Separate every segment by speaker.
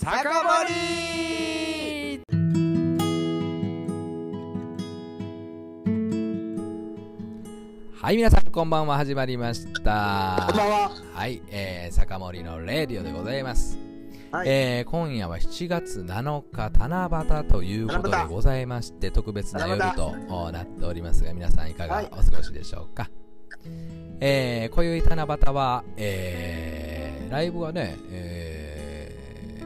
Speaker 1: 酒盛りはい皆さんこんばんは始まりました
Speaker 2: こんばんは。
Speaker 1: はい、えー、酒盛りのレディオでございます、
Speaker 2: はい
Speaker 1: えー今夜は7月7日七夕ということで
Speaker 2: 七夕
Speaker 1: ございまして特別な夜
Speaker 2: 七夕
Speaker 1: とおなっておりますが皆さんいか
Speaker 2: は
Speaker 1: が
Speaker 2: い
Speaker 1: お過ごしでしょうか、えー、今宵七夕は、えー、ライブはね、え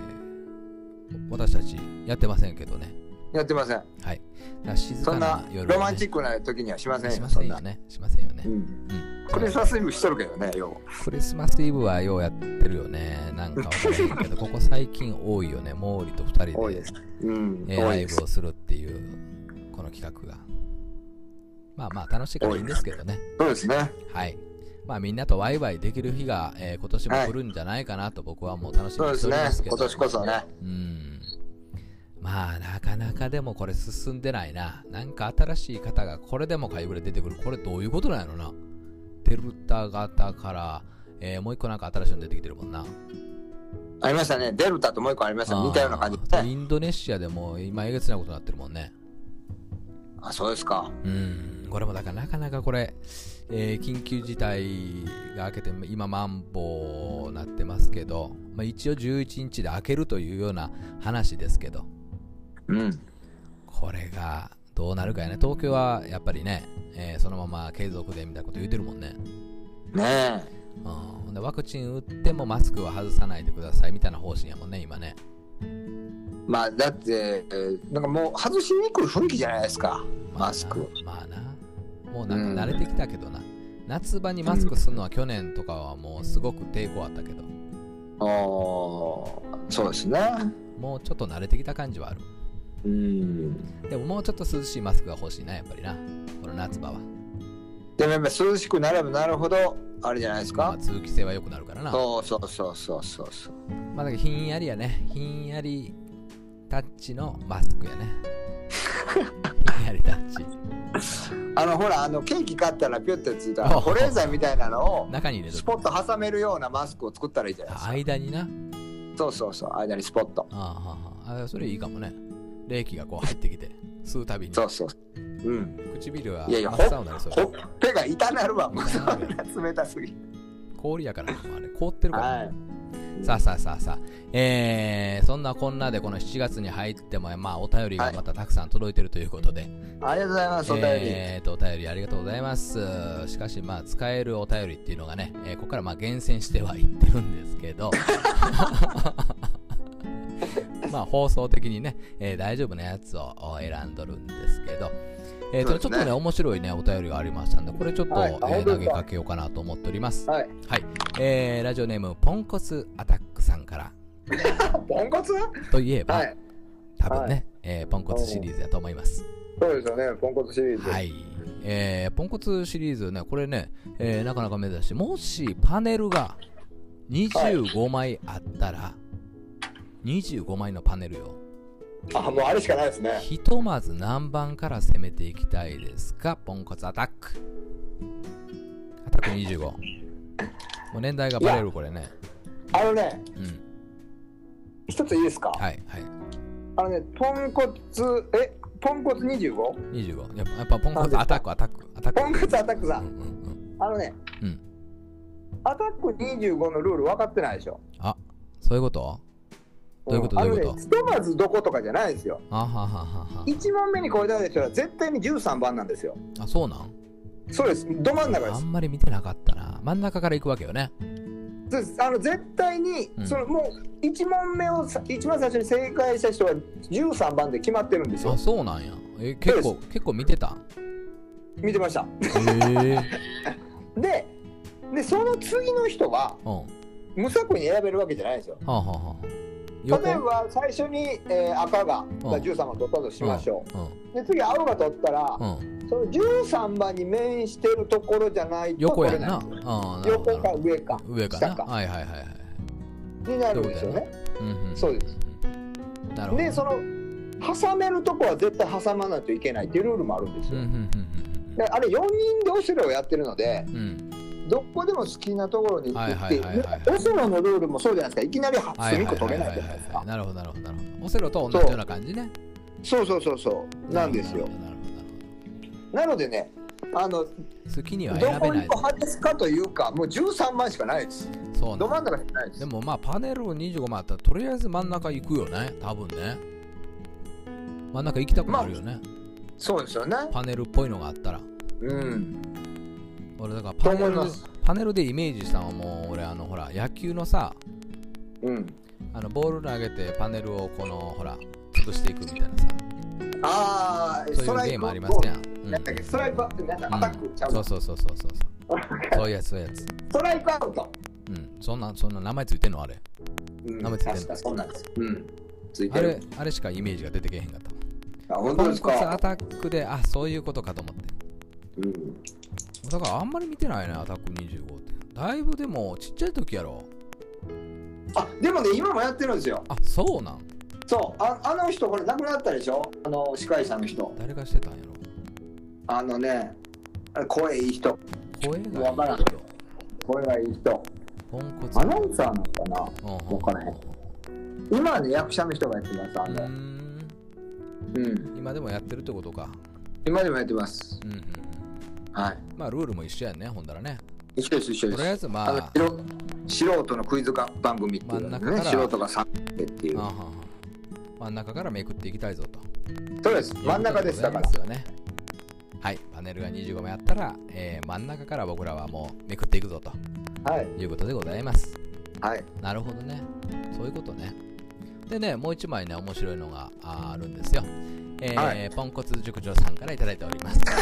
Speaker 1: ー、私たちやってませんけどね
Speaker 2: やってません。
Speaker 1: はいだから静
Speaker 2: そ
Speaker 1: か
Speaker 2: んな
Speaker 1: な夜をね
Speaker 2: ロマンチックな時にはしません
Speaker 1: し
Speaker 2: よ。
Speaker 1: ま
Speaker 2: そ
Speaker 1: せん
Speaker 2: ん
Speaker 1: よ
Speaker 2: な。
Speaker 1: ねしませんよね、
Speaker 2: うん。
Speaker 1: うん
Speaker 2: これさすがにしとるけどね、よ
Speaker 1: クリスマスイブはようやってるよね。なんかわからないけど、ここ最近多いよね。毛利と二
Speaker 2: う。多
Speaker 1: 人
Speaker 2: い
Speaker 1: で
Speaker 2: です。うん。
Speaker 1: えー
Speaker 2: 多
Speaker 1: ライ
Speaker 2: いです
Speaker 1: ブ。をするっていう、この企画が。まあまあ楽しいからいいんですけどね。
Speaker 2: そうですね。
Speaker 1: はい。まあみんなとワイワイできる日が、えー今年も来るんじゃないかなと僕はもう楽しみ
Speaker 2: そう
Speaker 1: に
Speaker 2: で
Speaker 1: して
Speaker 2: す
Speaker 1: おり
Speaker 2: ね
Speaker 1: ます。けど。
Speaker 2: 今年こそね。
Speaker 1: うん。まあなかなかでもこれ進んでないな。なんか新しい方がこれでもかいぶれ出てくる。これどういうことなんやろな。デルタ型から、えーもう一個なんか新しいの出てきてるもんな。
Speaker 2: ありましたね。デルタともう一個ありました。
Speaker 1: あー
Speaker 2: 似たような感じ。
Speaker 1: インドネシアでも今えげつないことになってるもんね。
Speaker 2: あ、そうですか。
Speaker 1: うん。これもだからなかなかこれ、えー緊急事態が明けて、今マンボウなってますけど、まあ、一応11日で明けるというような話ですけど、
Speaker 2: うん。
Speaker 1: これがどうなるかやね。東京はやっぱりね、えーそのまま継続でみたいなこと言うてるもんね。
Speaker 2: ねえ。
Speaker 1: うんほんで。ワクチン打ってもマスクは外さないでくださいみたいな方針やもんね、今ね。
Speaker 2: まあ、だって、えーなんかもう外しにくい雰囲気じゃないですか。マスク。
Speaker 1: まあな。まあなもうなんか慣れてきたけどな。夏場にマスクするのは去年とかはもうすごく抵抗あったけど、
Speaker 2: おーそうですね。
Speaker 1: もうちょっと慣れてきた感じはある。
Speaker 2: うん。
Speaker 1: でももうちょっと涼しいマスクが欲しいな、やっぱりな。この夏場は。
Speaker 2: でもやっぱ涼しくなればなるほど、あれじゃないです
Speaker 1: ま
Speaker 2: か
Speaker 1: あ。通気性は良くなるからな。
Speaker 2: そうそうそうそうそうそう。
Speaker 1: まあだけどひんやりやね。ひんやりタッチのマスクやね。 ひんやりタッチ。
Speaker 2: あのほらあのケーキ買ったらピュッてついた
Speaker 1: おう
Speaker 2: 保冷剤みたいなのを
Speaker 1: 中に入れと
Speaker 2: ス
Speaker 1: る
Speaker 2: ポ。ッと挟めるようなマスクを作ったらいいじゃないです
Speaker 1: あ
Speaker 2: か。
Speaker 1: 間にな。
Speaker 2: そうそうそう間にスポッと。
Speaker 1: あああああ、それいいかもね。冷気がこう入ってきて、吸うたびに
Speaker 2: そうそう。うん。
Speaker 1: 唇が
Speaker 2: いやいや
Speaker 1: 真っ青になりそう
Speaker 2: ほっぺが痛なるわもうそん
Speaker 1: 痛なる
Speaker 2: な冷たすぎ。
Speaker 1: 氷やから、あれ凍ってるから、
Speaker 2: は
Speaker 1: さあさあさあさあ、えー、そんなこんなでこの7月に入っても、まあ、お便りがまたたくさん届いてるということで、
Speaker 2: い。ありがとうございますお便り。
Speaker 1: えーと、お便りありがとうございます。しかし、まあ、使えるお便りっていうのがね、えーここからまあ厳選してはいってるんですけど、まあ、放送的にね、えー大丈夫なやつをお選んどるんですけど、えーと
Speaker 2: そうです
Speaker 1: ち
Speaker 2: ね
Speaker 1: ょっとね、面白いね、お便りがありましたんで、これちょっと、
Speaker 2: はいあ
Speaker 1: え
Speaker 2: 本
Speaker 1: ー
Speaker 2: 当ですか
Speaker 1: 投げかけようかなと思っております。
Speaker 2: はい。
Speaker 1: はい。えーラジオネーム、ポンコツアタックさんから、
Speaker 2: ポンコツ？
Speaker 1: といえば、
Speaker 2: はい。
Speaker 1: 多分ね、
Speaker 2: は
Speaker 1: えーポンコツシリーズだと思います。
Speaker 2: そうですよねポンコツシリーズ。
Speaker 1: はい。えーポンコツシリーズね、これね、えーなかなか珍しい。もしパネルが25枚あったら、25枚のパネルよ。
Speaker 2: あもうあれしかないですね。
Speaker 1: ひとまず何番から攻めていきたいですかポンコツアタック。アタック25。もう年代がバレるこれね。
Speaker 2: あのね
Speaker 1: うん。
Speaker 2: 一ついいですか。
Speaker 1: はいはい。
Speaker 2: あのねポンコツえポンコツ25
Speaker 1: 25。やっぱやっぱポンコツアタックアタックアタック。
Speaker 2: ポンコツアタック
Speaker 1: う
Speaker 2: さ
Speaker 1: んんうんうん。
Speaker 2: あのね。
Speaker 1: うん
Speaker 2: アタック25のルール分かってないでしょ。
Speaker 1: そういうことどういうこと
Speaker 2: ん
Speaker 1: どういうこと
Speaker 2: あのねひとまずどことかじゃないですよ。
Speaker 1: あはははは。
Speaker 2: 1問目にこれ出た人は絶対に13番なんですよ。
Speaker 1: あ、そうなん
Speaker 2: そうです。ど真ん中で
Speaker 1: あ
Speaker 2: す。
Speaker 1: んまり見てなかったな。真ん中から行くわけよね。
Speaker 2: そうですあの絶対に、
Speaker 1: うん
Speaker 2: そのもう1問目をさ一番最初に正解した人は13番で決まってるんですよ
Speaker 1: あ、。そうなんや。え、結構、結構見てた。
Speaker 2: 見てました。
Speaker 1: へえ
Speaker 2: で、でその次の人は
Speaker 1: うん。は
Speaker 2: 無作為に選べるわけじゃないですよ。
Speaker 1: あ、はあはあ、
Speaker 2: 例
Speaker 1: 横
Speaker 2: えば最初に、えー赤が
Speaker 1: うん
Speaker 2: 13番取ったとしましょ
Speaker 1: うん。
Speaker 2: う。で次青が取ったら、
Speaker 1: うん。うん。
Speaker 2: その13番に面してるところじゃないと
Speaker 1: 横やん
Speaker 2: 取れ
Speaker 1: な。
Speaker 2: いんですよ
Speaker 1: ああ、なるほど
Speaker 2: 横
Speaker 1: な
Speaker 2: か
Speaker 1: るほ
Speaker 2: 上か
Speaker 1: ど上か
Speaker 2: 下
Speaker 1: な。
Speaker 2: か
Speaker 1: はいはいはいはい。
Speaker 2: になるんですよね。
Speaker 1: うんうん。
Speaker 2: そうです。
Speaker 1: なるほど。
Speaker 2: でその挟めるとこは絶対挟まないといけないっていうルールもあるんです
Speaker 1: うん
Speaker 2: よ。
Speaker 1: うん
Speaker 2: であれ4人でオセロをやってるので
Speaker 1: うんうんうん。
Speaker 2: どこでも好きなところに行って、
Speaker 1: はいはいはいはい
Speaker 2: オセロのルールもそうじゃないですか、いきなりは
Speaker 1: はい
Speaker 2: 隅っ
Speaker 1: は
Speaker 2: こ
Speaker 1: いは
Speaker 2: 取
Speaker 1: い
Speaker 2: れ
Speaker 1: は
Speaker 2: ない
Speaker 1: い
Speaker 2: じゃないです
Speaker 1: は
Speaker 2: か
Speaker 1: い。なるほどなるほどなるほどオセロと同じような感じね
Speaker 2: そうそうそうそう、なんです
Speaker 1: なる
Speaker 2: よ。
Speaker 1: ほどなるほどなる
Speaker 2: なのでね、あのど
Speaker 1: ほど好きには選べ
Speaker 2: こ
Speaker 1: な
Speaker 2: に
Speaker 1: い
Speaker 2: も外すかというか、もう13枚しかないです。
Speaker 1: そう
Speaker 2: ど
Speaker 1: なん
Speaker 2: 真ん中しかないです。
Speaker 1: でもまあパネル25枚あったらとりあえず真ん中行くよね多分ね真ん中行きたくなるよね、
Speaker 2: そうですよね。
Speaker 1: パネルっぽいのがあったら
Speaker 2: うん。
Speaker 1: 俺だから
Speaker 2: と
Speaker 1: パネ
Speaker 2: 思い
Speaker 1: ル
Speaker 2: ます。
Speaker 1: パネルでイメージしたのはもう俺あのほら野球のさ
Speaker 2: うん。
Speaker 1: あのボール投げてパネルをこのほら潰していくみたいなさ
Speaker 2: ああ、
Speaker 1: そ
Speaker 2: ス
Speaker 1: うい
Speaker 2: ト
Speaker 1: う
Speaker 2: ライ
Speaker 1: ゲー
Speaker 2: ク
Speaker 1: ム
Speaker 2: ボ
Speaker 1: ありま
Speaker 2: ール
Speaker 1: すやん、うん
Speaker 2: なんだっけストライクアウトなんかアタックちゃう
Speaker 1: そ
Speaker 2: の
Speaker 1: うそうそうそうそうそう そういうやつそういうやつ
Speaker 2: ストライクアウト。
Speaker 1: うんそんなそんな名前ついてんのあれ
Speaker 2: うん、
Speaker 1: 舐め
Speaker 2: 確
Speaker 1: てて
Speaker 2: かそうなんです。うん。つい
Speaker 1: あ
Speaker 2: て
Speaker 1: れ
Speaker 2: る。
Speaker 1: あれしかイメージが出てけへんかった
Speaker 2: あ、本
Speaker 1: パ
Speaker 2: 当
Speaker 1: ン
Speaker 2: です
Speaker 1: コツア
Speaker 2: か。
Speaker 1: タックであそういうことかと思って
Speaker 2: うん。
Speaker 1: だからあんまり見てないねアタック25ってだいぶでもちっちゃい時やろ
Speaker 2: あ、でもね、今もやってるんですよ。
Speaker 1: あそうなん
Speaker 2: そう、ああの人、これ亡くなったでしょあの、司会者の人。
Speaker 1: 誰がしてたんやろ
Speaker 2: あのね、あ声いい人、
Speaker 1: 声がいい
Speaker 2: わからん
Speaker 1: 人
Speaker 2: 声がいい人。
Speaker 1: ポンコツ
Speaker 2: アナウンサーなのかな
Speaker 1: うんうん
Speaker 2: わからへん今はね、役者の人がやってます。あ
Speaker 1: う
Speaker 2: の、
Speaker 1: ん
Speaker 2: うん。
Speaker 1: 今でもやってるってことか
Speaker 2: 今でもやってます。
Speaker 1: うんうんうん
Speaker 2: はい。
Speaker 1: まあルールも一緒やんねほんだらね
Speaker 2: 一緒です、一緒
Speaker 1: と
Speaker 2: で
Speaker 1: りあ
Speaker 2: す。
Speaker 1: えずま
Speaker 2: あ
Speaker 1: あ
Speaker 2: の素人素人のクイズが番組っていう
Speaker 1: 真
Speaker 2: の
Speaker 1: ん
Speaker 2: ね、
Speaker 1: 中から
Speaker 2: 素人が3人でってい
Speaker 1: あ
Speaker 2: う
Speaker 1: は。んはん真ん中からめくっていきたいぞと
Speaker 2: そうです、真ん中です、だから
Speaker 1: と。いうことでございますよねはいパネルが25枚あったら、えー真ん中から僕らはもうめくっていくぞと
Speaker 2: はい。
Speaker 1: いうことでございます
Speaker 2: はい。
Speaker 1: なるほどね。そういうことね。でね、もう一枚ね、面白いのがああるんですよ。えー
Speaker 2: はい
Speaker 1: ポンコツ塾長さんからいただいております。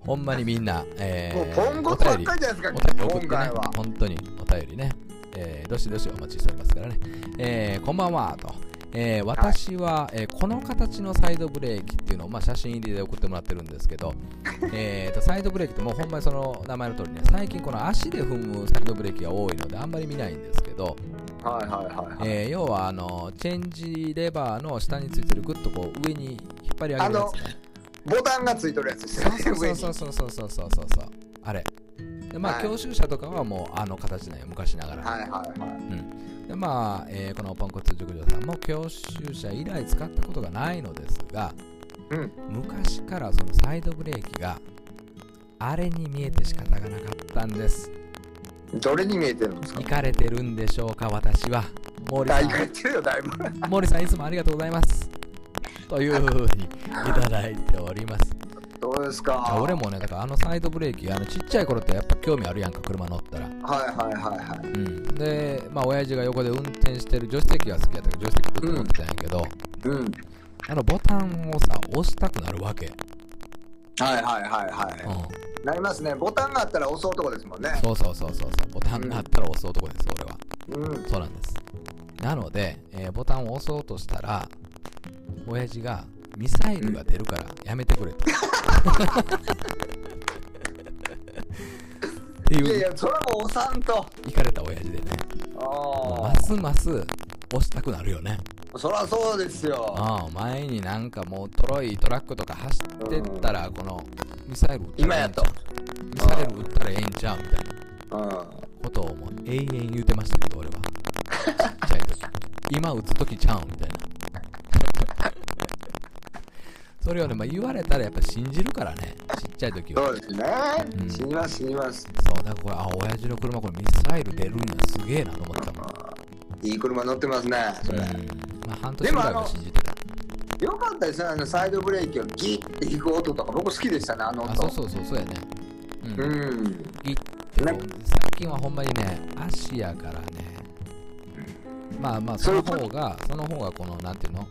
Speaker 1: ほんまにみんな、えー
Speaker 2: もうポンコツば
Speaker 1: お
Speaker 2: っ
Speaker 1: 便り
Speaker 2: かりじゃないです
Speaker 1: お便り
Speaker 2: か、
Speaker 1: 送って
Speaker 2: 今
Speaker 1: ね
Speaker 2: 回は、。
Speaker 1: 本当にお便りね、えーどしどしお待ちしておりますからね、えーこんばんはと、えー私は、えーこの形のサイドブレーキっていうのを、まあ、写真入りで送ってもらってるんですけど、 えーとサイドブレーキってもうほんまにその名前の通りね、最近この足で踏むサイドブレーキが多いので、あんまり見ないんですけど、
Speaker 2: はいはいはいはい。
Speaker 1: えー要はあのチェンジレバーの下についてるぐっとこう上に引っ張り上げるやつね。
Speaker 2: ボタンがついてるやつですよね、上に
Speaker 1: そう。そうそうそうそうそうそうそうあれでまあ、
Speaker 2: はい
Speaker 1: 教習者とかはもうあの形なんよ昔ながら、
Speaker 2: はいはいはい。
Speaker 1: でまあ、えーこのポンコツ熟女さんも教習者以来使ったことがないのですが
Speaker 2: うん。
Speaker 1: 昔からそのサイドブレーキがあれに見えて仕方がなかったんです
Speaker 2: どれに見えてるんですか
Speaker 1: 行かれてるんでしょうか私は毛利
Speaker 2: 大
Speaker 1: さ
Speaker 2: 会ってるよ、だいぶ。
Speaker 1: ん毛利さんいつもありがとうございますというふうにいただいております
Speaker 2: どうです
Speaker 1: じゃ
Speaker 2: か
Speaker 1: あ俺。もねだからあのサイドブレーキあのちっちゃい頃ってやっぱ興味あるやんか車乗ったら
Speaker 2: はいはいはいはい。
Speaker 1: うんでまあ親父が横で運転してる助手席が好きやったから助手席ずっと乗ってたんやけど、
Speaker 2: うん。
Speaker 1: あのボタンをさ押したくなるわけ、
Speaker 2: はいはいはいは
Speaker 1: う
Speaker 2: い。なりますね。ボタンがあったら押す男ですもんね
Speaker 1: ん、。そうそうそうそうそうボタンがあったら押す男です俺は
Speaker 2: うん。
Speaker 1: そうなんですなので、えーボタンを押そうとしたら親父がミサイルが出るからやめて くれと、って
Speaker 2: いやい
Speaker 1: いう
Speaker 2: や、それはもう押さんと。
Speaker 1: いかれた親父でねもう
Speaker 2: あ
Speaker 1: ますます押したくなるよね
Speaker 2: あ。そりゃそうですよ。
Speaker 1: ああ前になんかもうトロイトラックとか走ってったらこのミサイル撃った
Speaker 2: 今
Speaker 1: らええ
Speaker 2: や
Speaker 1: んち
Speaker 2: と
Speaker 1: ゃう。ミサイル撃ったらええんちゃうみたいな
Speaker 2: うん。
Speaker 1: ことをもう永遠言うてましたけど俺はちっちゃい時今撃つ時ちゃうんみたいな それをね、まあ、言われたらやっぱ信じるからねちっちゃい時は
Speaker 2: そうですね
Speaker 1: う。ん
Speaker 2: 死にます、死にます。
Speaker 1: そうだからこれあ親父の車これミサイル出るんやすげえなと思ってたもん
Speaker 2: いい車乗ってますね。それ
Speaker 1: うんまあ半年ぐらいは信じてた
Speaker 2: よかったですね、あのサイドブレーキをギッて引く音とか、僕好きでしたね、あの
Speaker 1: あそう
Speaker 2: 音。
Speaker 1: そうそうそうやねうん
Speaker 2: うん。
Speaker 1: ギッて
Speaker 2: ね
Speaker 1: こう最近はほんまにね足やからねまあまあそ
Speaker 2: そうい
Speaker 1: の
Speaker 2: うこと
Speaker 1: 方がその方がこのなんていうの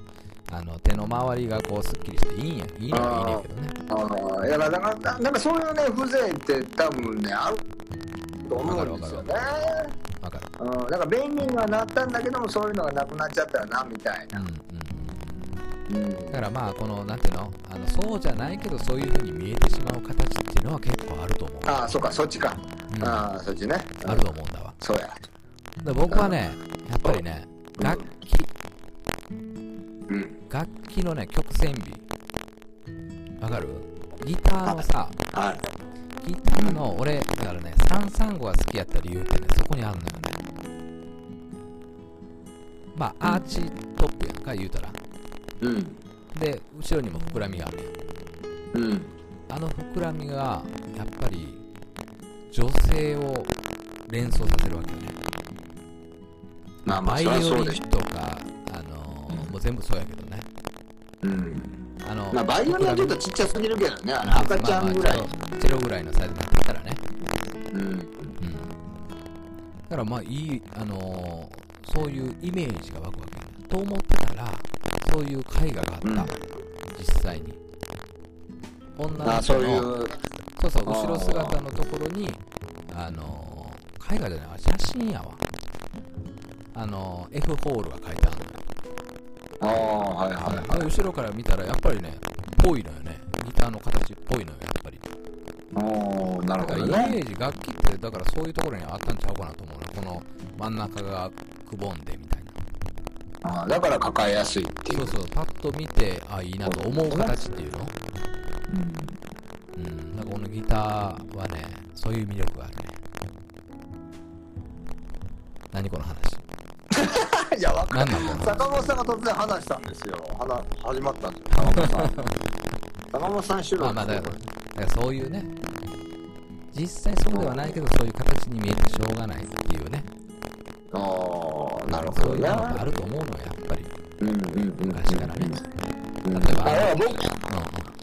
Speaker 1: あの手の周りがこうすっきりしていいんやいいのはいいねんけどね
Speaker 2: ああ、いやだからななんかそういうね風情って多分ねあると思うんですよね
Speaker 1: わ。わかる
Speaker 2: うん、なんか便利にはなったんだけどもそういうのがなくなっちゃったらなみた
Speaker 1: う
Speaker 2: い
Speaker 1: ん
Speaker 2: な
Speaker 1: う。んうん
Speaker 2: うん、
Speaker 1: だからまあこのなんていうのあのそうじゃないけどそういうふうに見えてしまう形っていうのは結構あると思う、
Speaker 2: ああ、そっかそっちか。
Speaker 1: うんあ
Speaker 2: ああ、そっちね。
Speaker 1: ると思うんだわ
Speaker 2: そうや。
Speaker 1: で僕はねやっぱりね
Speaker 2: うん
Speaker 1: 楽器
Speaker 2: うん。
Speaker 1: 楽器のね曲線美わかるギターのさ
Speaker 2: はい。
Speaker 1: ギターの俺だからね335が好きやった理由ってねそこにあるのよねまあアーチトップやんか言うたら
Speaker 2: うん
Speaker 1: で後ろにも膨らみがあるやん
Speaker 2: うん
Speaker 1: あの膨らみがやっぱり女性を連想させるわけよね
Speaker 2: まあまあ
Speaker 1: バ
Speaker 2: そ
Speaker 1: イ
Speaker 2: り
Speaker 1: オ
Speaker 2: ゃそうで
Speaker 1: リ
Speaker 2: し
Speaker 1: ンとかあのーもう全部そうやけどね
Speaker 2: ょうん
Speaker 1: あの
Speaker 2: まあバイオリンはちょっとちっちゃすぎるけどねあの赤ちゃんぐらい、
Speaker 1: まあまあちょっとチェロぐらいのサイズになってきたらね
Speaker 2: うん
Speaker 1: うんだからまあいいあのーそういうイメージが湧くわけと思ってたらそういう絵画があった、
Speaker 2: うん
Speaker 1: 実際に女
Speaker 2: ま
Speaker 1: の
Speaker 2: あそ
Speaker 1: 人
Speaker 2: うい
Speaker 1: の
Speaker 2: う
Speaker 1: そうそう
Speaker 2: あー
Speaker 1: 後ろ姿のところにあのー絵画じゃないわ写真やわあのー F ホールが書いてあるのよ
Speaker 2: ああはいはい
Speaker 1: あれ後ろから見たらやっぱりねぽいのよねギターの形っぽいのよやっぱり
Speaker 2: おおなる
Speaker 1: だ
Speaker 2: ほ
Speaker 1: から
Speaker 2: ど
Speaker 1: イメ
Speaker 2: ね
Speaker 1: ージ楽器ってだからそういうところにあったんちゃうかなと思うなこの真ん中がくぼんでみたいな
Speaker 2: あーだから抱えやすいってい
Speaker 1: そううそうパッと見てあいいなと思う形っていうのうんだからこのギターはねそういう魅力があるね何この話
Speaker 2: いやわか
Speaker 1: 何なんだろう
Speaker 2: 坂本さんが突然話したんですよ話始まったんですよ坂本さん坂本さん収録
Speaker 1: まあまあだからだからそういうね実際そうではないけどそういう形に見えてしょうがないっていうね
Speaker 2: ああなるほ
Speaker 1: そう
Speaker 2: ど
Speaker 1: いうの
Speaker 2: ね
Speaker 1: があると思うのよやっぱり
Speaker 2: うんうんうん
Speaker 1: 昔からね、
Speaker 2: うん
Speaker 1: 例えば
Speaker 2: あいや僕
Speaker 1: うん、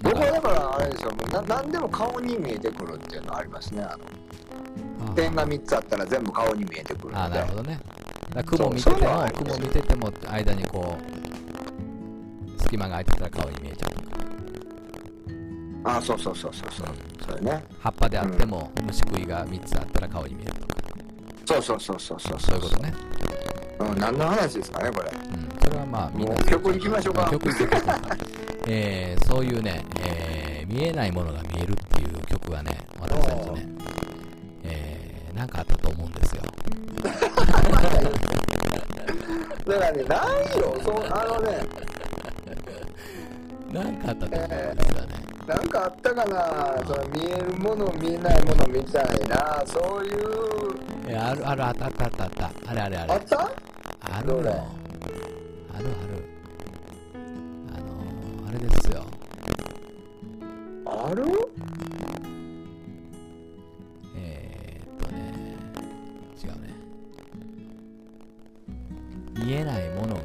Speaker 2: 僕は
Speaker 1: だ
Speaker 2: だからあれですよもうな何でも顔に見えてくるっていうのはありますねあの点が3つあったら全部顔に見えてくる
Speaker 1: ああ
Speaker 2: の
Speaker 1: な
Speaker 2: で
Speaker 1: るほどねだから雲見て
Speaker 2: そうそう
Speaker 1: て
Speaker 2: いうのは
Speaker 1: も
Speaker 2: ありま
Speaker 1: 雲
Speaker 2: す
Speaker 1: 見てても間にこう隙間が空いてたら顔に見えちゃう
Speaker 2: ああそうそうそうそうそうそれね
Speaker 1: 葉っぱであっても虫食いが3つあったら顔に見えるとか
Speaker 2: そうそうそうそうそう
Speaker 1: そういうことね、
Speaker 2: うん、何の話ですかねこれ
Speaker 1: うん、それはまあみんな
Speaker 2: もう曲行きましょうか
Speaker 1: 曲行きましょうかえー、そういうね、えー見えないものが見えるっていう曲はね私たちねえー、なんかあったと思うんですよ
Speaker 2: だからねないよそうあのね
Speaker 1: なんかあったと思うんですよね、
Speaker 2: なんかあったかなその見えるもの見えないものみたいなそういう
Speaker 1: いやあるあるあったあったあったあったあれあれあれ
Speaker 2: あった
Speaker 1: ある
Speaker 2: ど
Speaker 1: よ
Speaker 2: れ
Speaker 1: あるあるあのー、あれですよ
Speaker 2: ある
Speaker 1: えー、っとね違うね見えないものが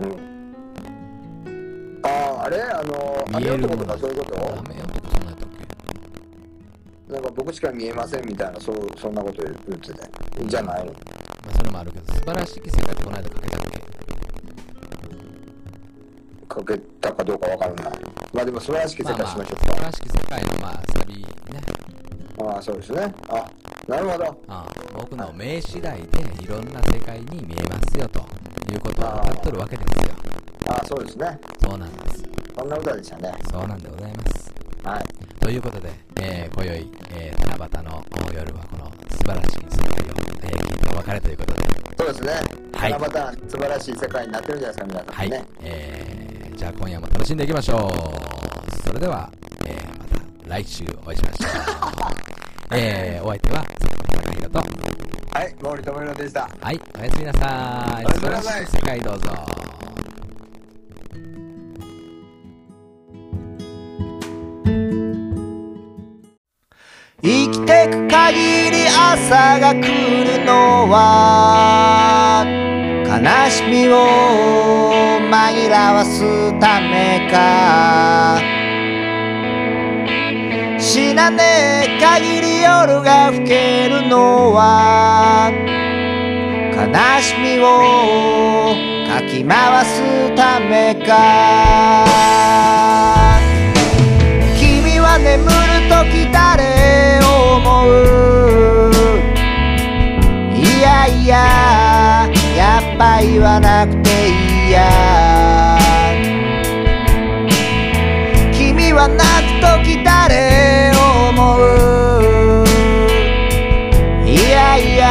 Speaker 2: うんあああれあのあ
Speaker 1: 見
Speaker 2: れ
Speaker 1: える
Speaker 2: 男
Speaker 1: も
Speaker 2: と
Speaker 1: の
Speaker 2: かそういうこ
Speaker 1: ダメよ僕そんな時
Speaker 2: となんか僕しか見えませんみたいなそうそんなこと言っててじゃない
Speaker 1: まあそれもあるけど素晴らしき世界ってこの間かけたっけ
Speaker 2: かけたかどうかわからないまあでも素晴らしき世
Speaker 1: まあま
Speaker 2: 界
Speaker 1: あ
Speaker 2: し
Speaker 1: 素
Speaker 2: ましょ
Speaker 1: 晴らしき世界のまあサビね
Speaker 2: うか、ああそうですねあなるほど
Speaker 1: あ僕の名次第でいろんな世界に見えますよということを歌っとるわけですよ
Speaker 2: ああそうですね
Speaker 1: そうなんです
Speaker 2: そんな歌でしたね
Speaker 1: そうなんでございます
Speaker 2: はい
Speaker 1: ということで、えー、今宵、えー、七夕の夜はこの素晴らしい世界を、えー、聞いてお別れということで、
Speaker 2: そうですね
Speaker 1: はい
Speaker 2: 七夕素晴らしい世界になってるんじゃないですか皆
Speaker 1: は
Speaker 2: さん
Speaker 1: い、
Speaker 2: ね、
Speaker 1: えー、じゃあ今夜も楽しんでいきましょう。それでは、えー、また来週お会いしましょう。 えー、お相手は、坂本貴弘と、
Speaker 2: はい、毛利智弘でした。
Speaker 1: はい、おやすみなさい。
Speaker 2: おや
Speaker 1: 素
Speaker 2: すみ
Speaker 1: 晴ら
Speaker 2: な
Speaker 1: し
Speaker 2: さい
Speaker 1: い世界どうぞ。
Speaker 3: 生きてく限り朝が来るのは悲しみを紛らわすためか死なねえ限り夜が更けるのは悲しみをかき回すためか君は眠るとき誰を思ういやいややっぱ言わなくていいや君は泣くとき誰を思ういやいや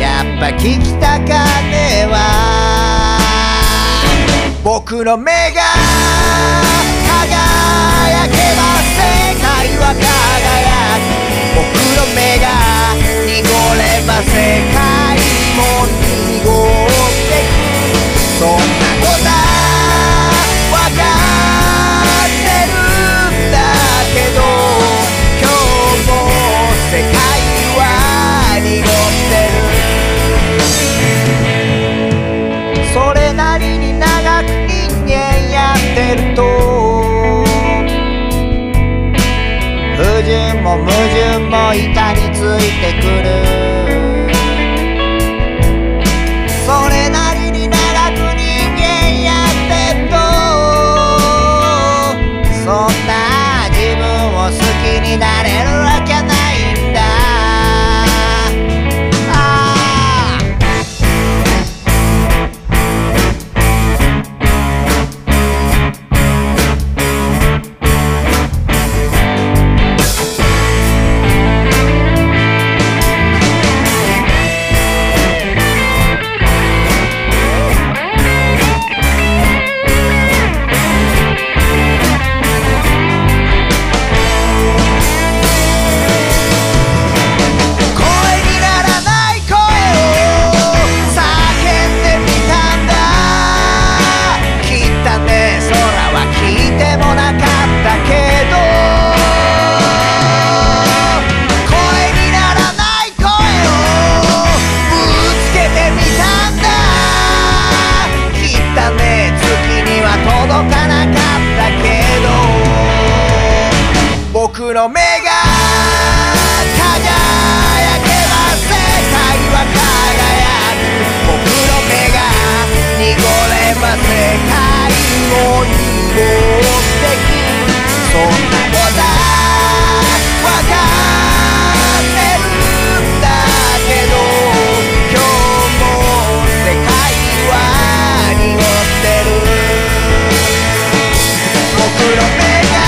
Speaker 3: やっぱ聞きたかねえわ僕の目が輝けば世界はめると不純も矛盾も板についてくるそれなりに長く人間やってるとそんな自分を好きになれるわけないんだああ声にならない声を叫んでみたんだきったね空は聞いてもなかったけど声にならない声をぶつけてみたんだきったね月には届かなかったけど僕の目が輝けば世界は輝く僕の目が濁れば世界を濁ってくそんなことわかってるんだけど今日も世界は濁ってる僕の目が輝けば世界は輝く僕の目が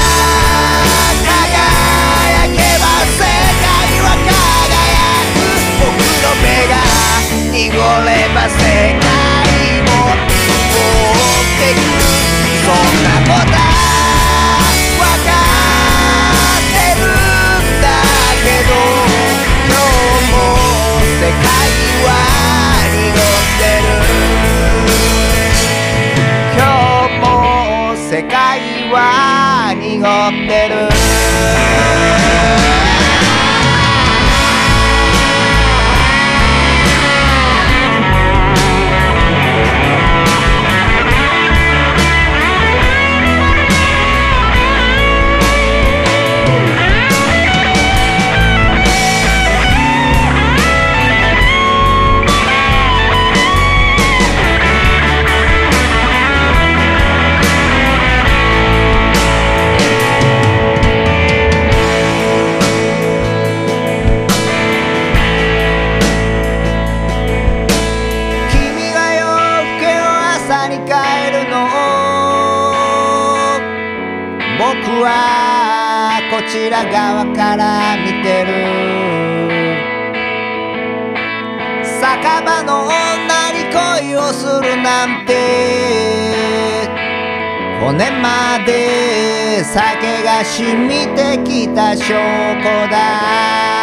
Speaker 3: 濁れば世界も濁ってくそんなことわかってるんだけど今日も世界は濁ってる今日も世界は濁ってる君が夜更けの朝に帰るの僕はこちら側から見てる酒場の女に恋をするなんて骨まで酒が染みてきた証拠だ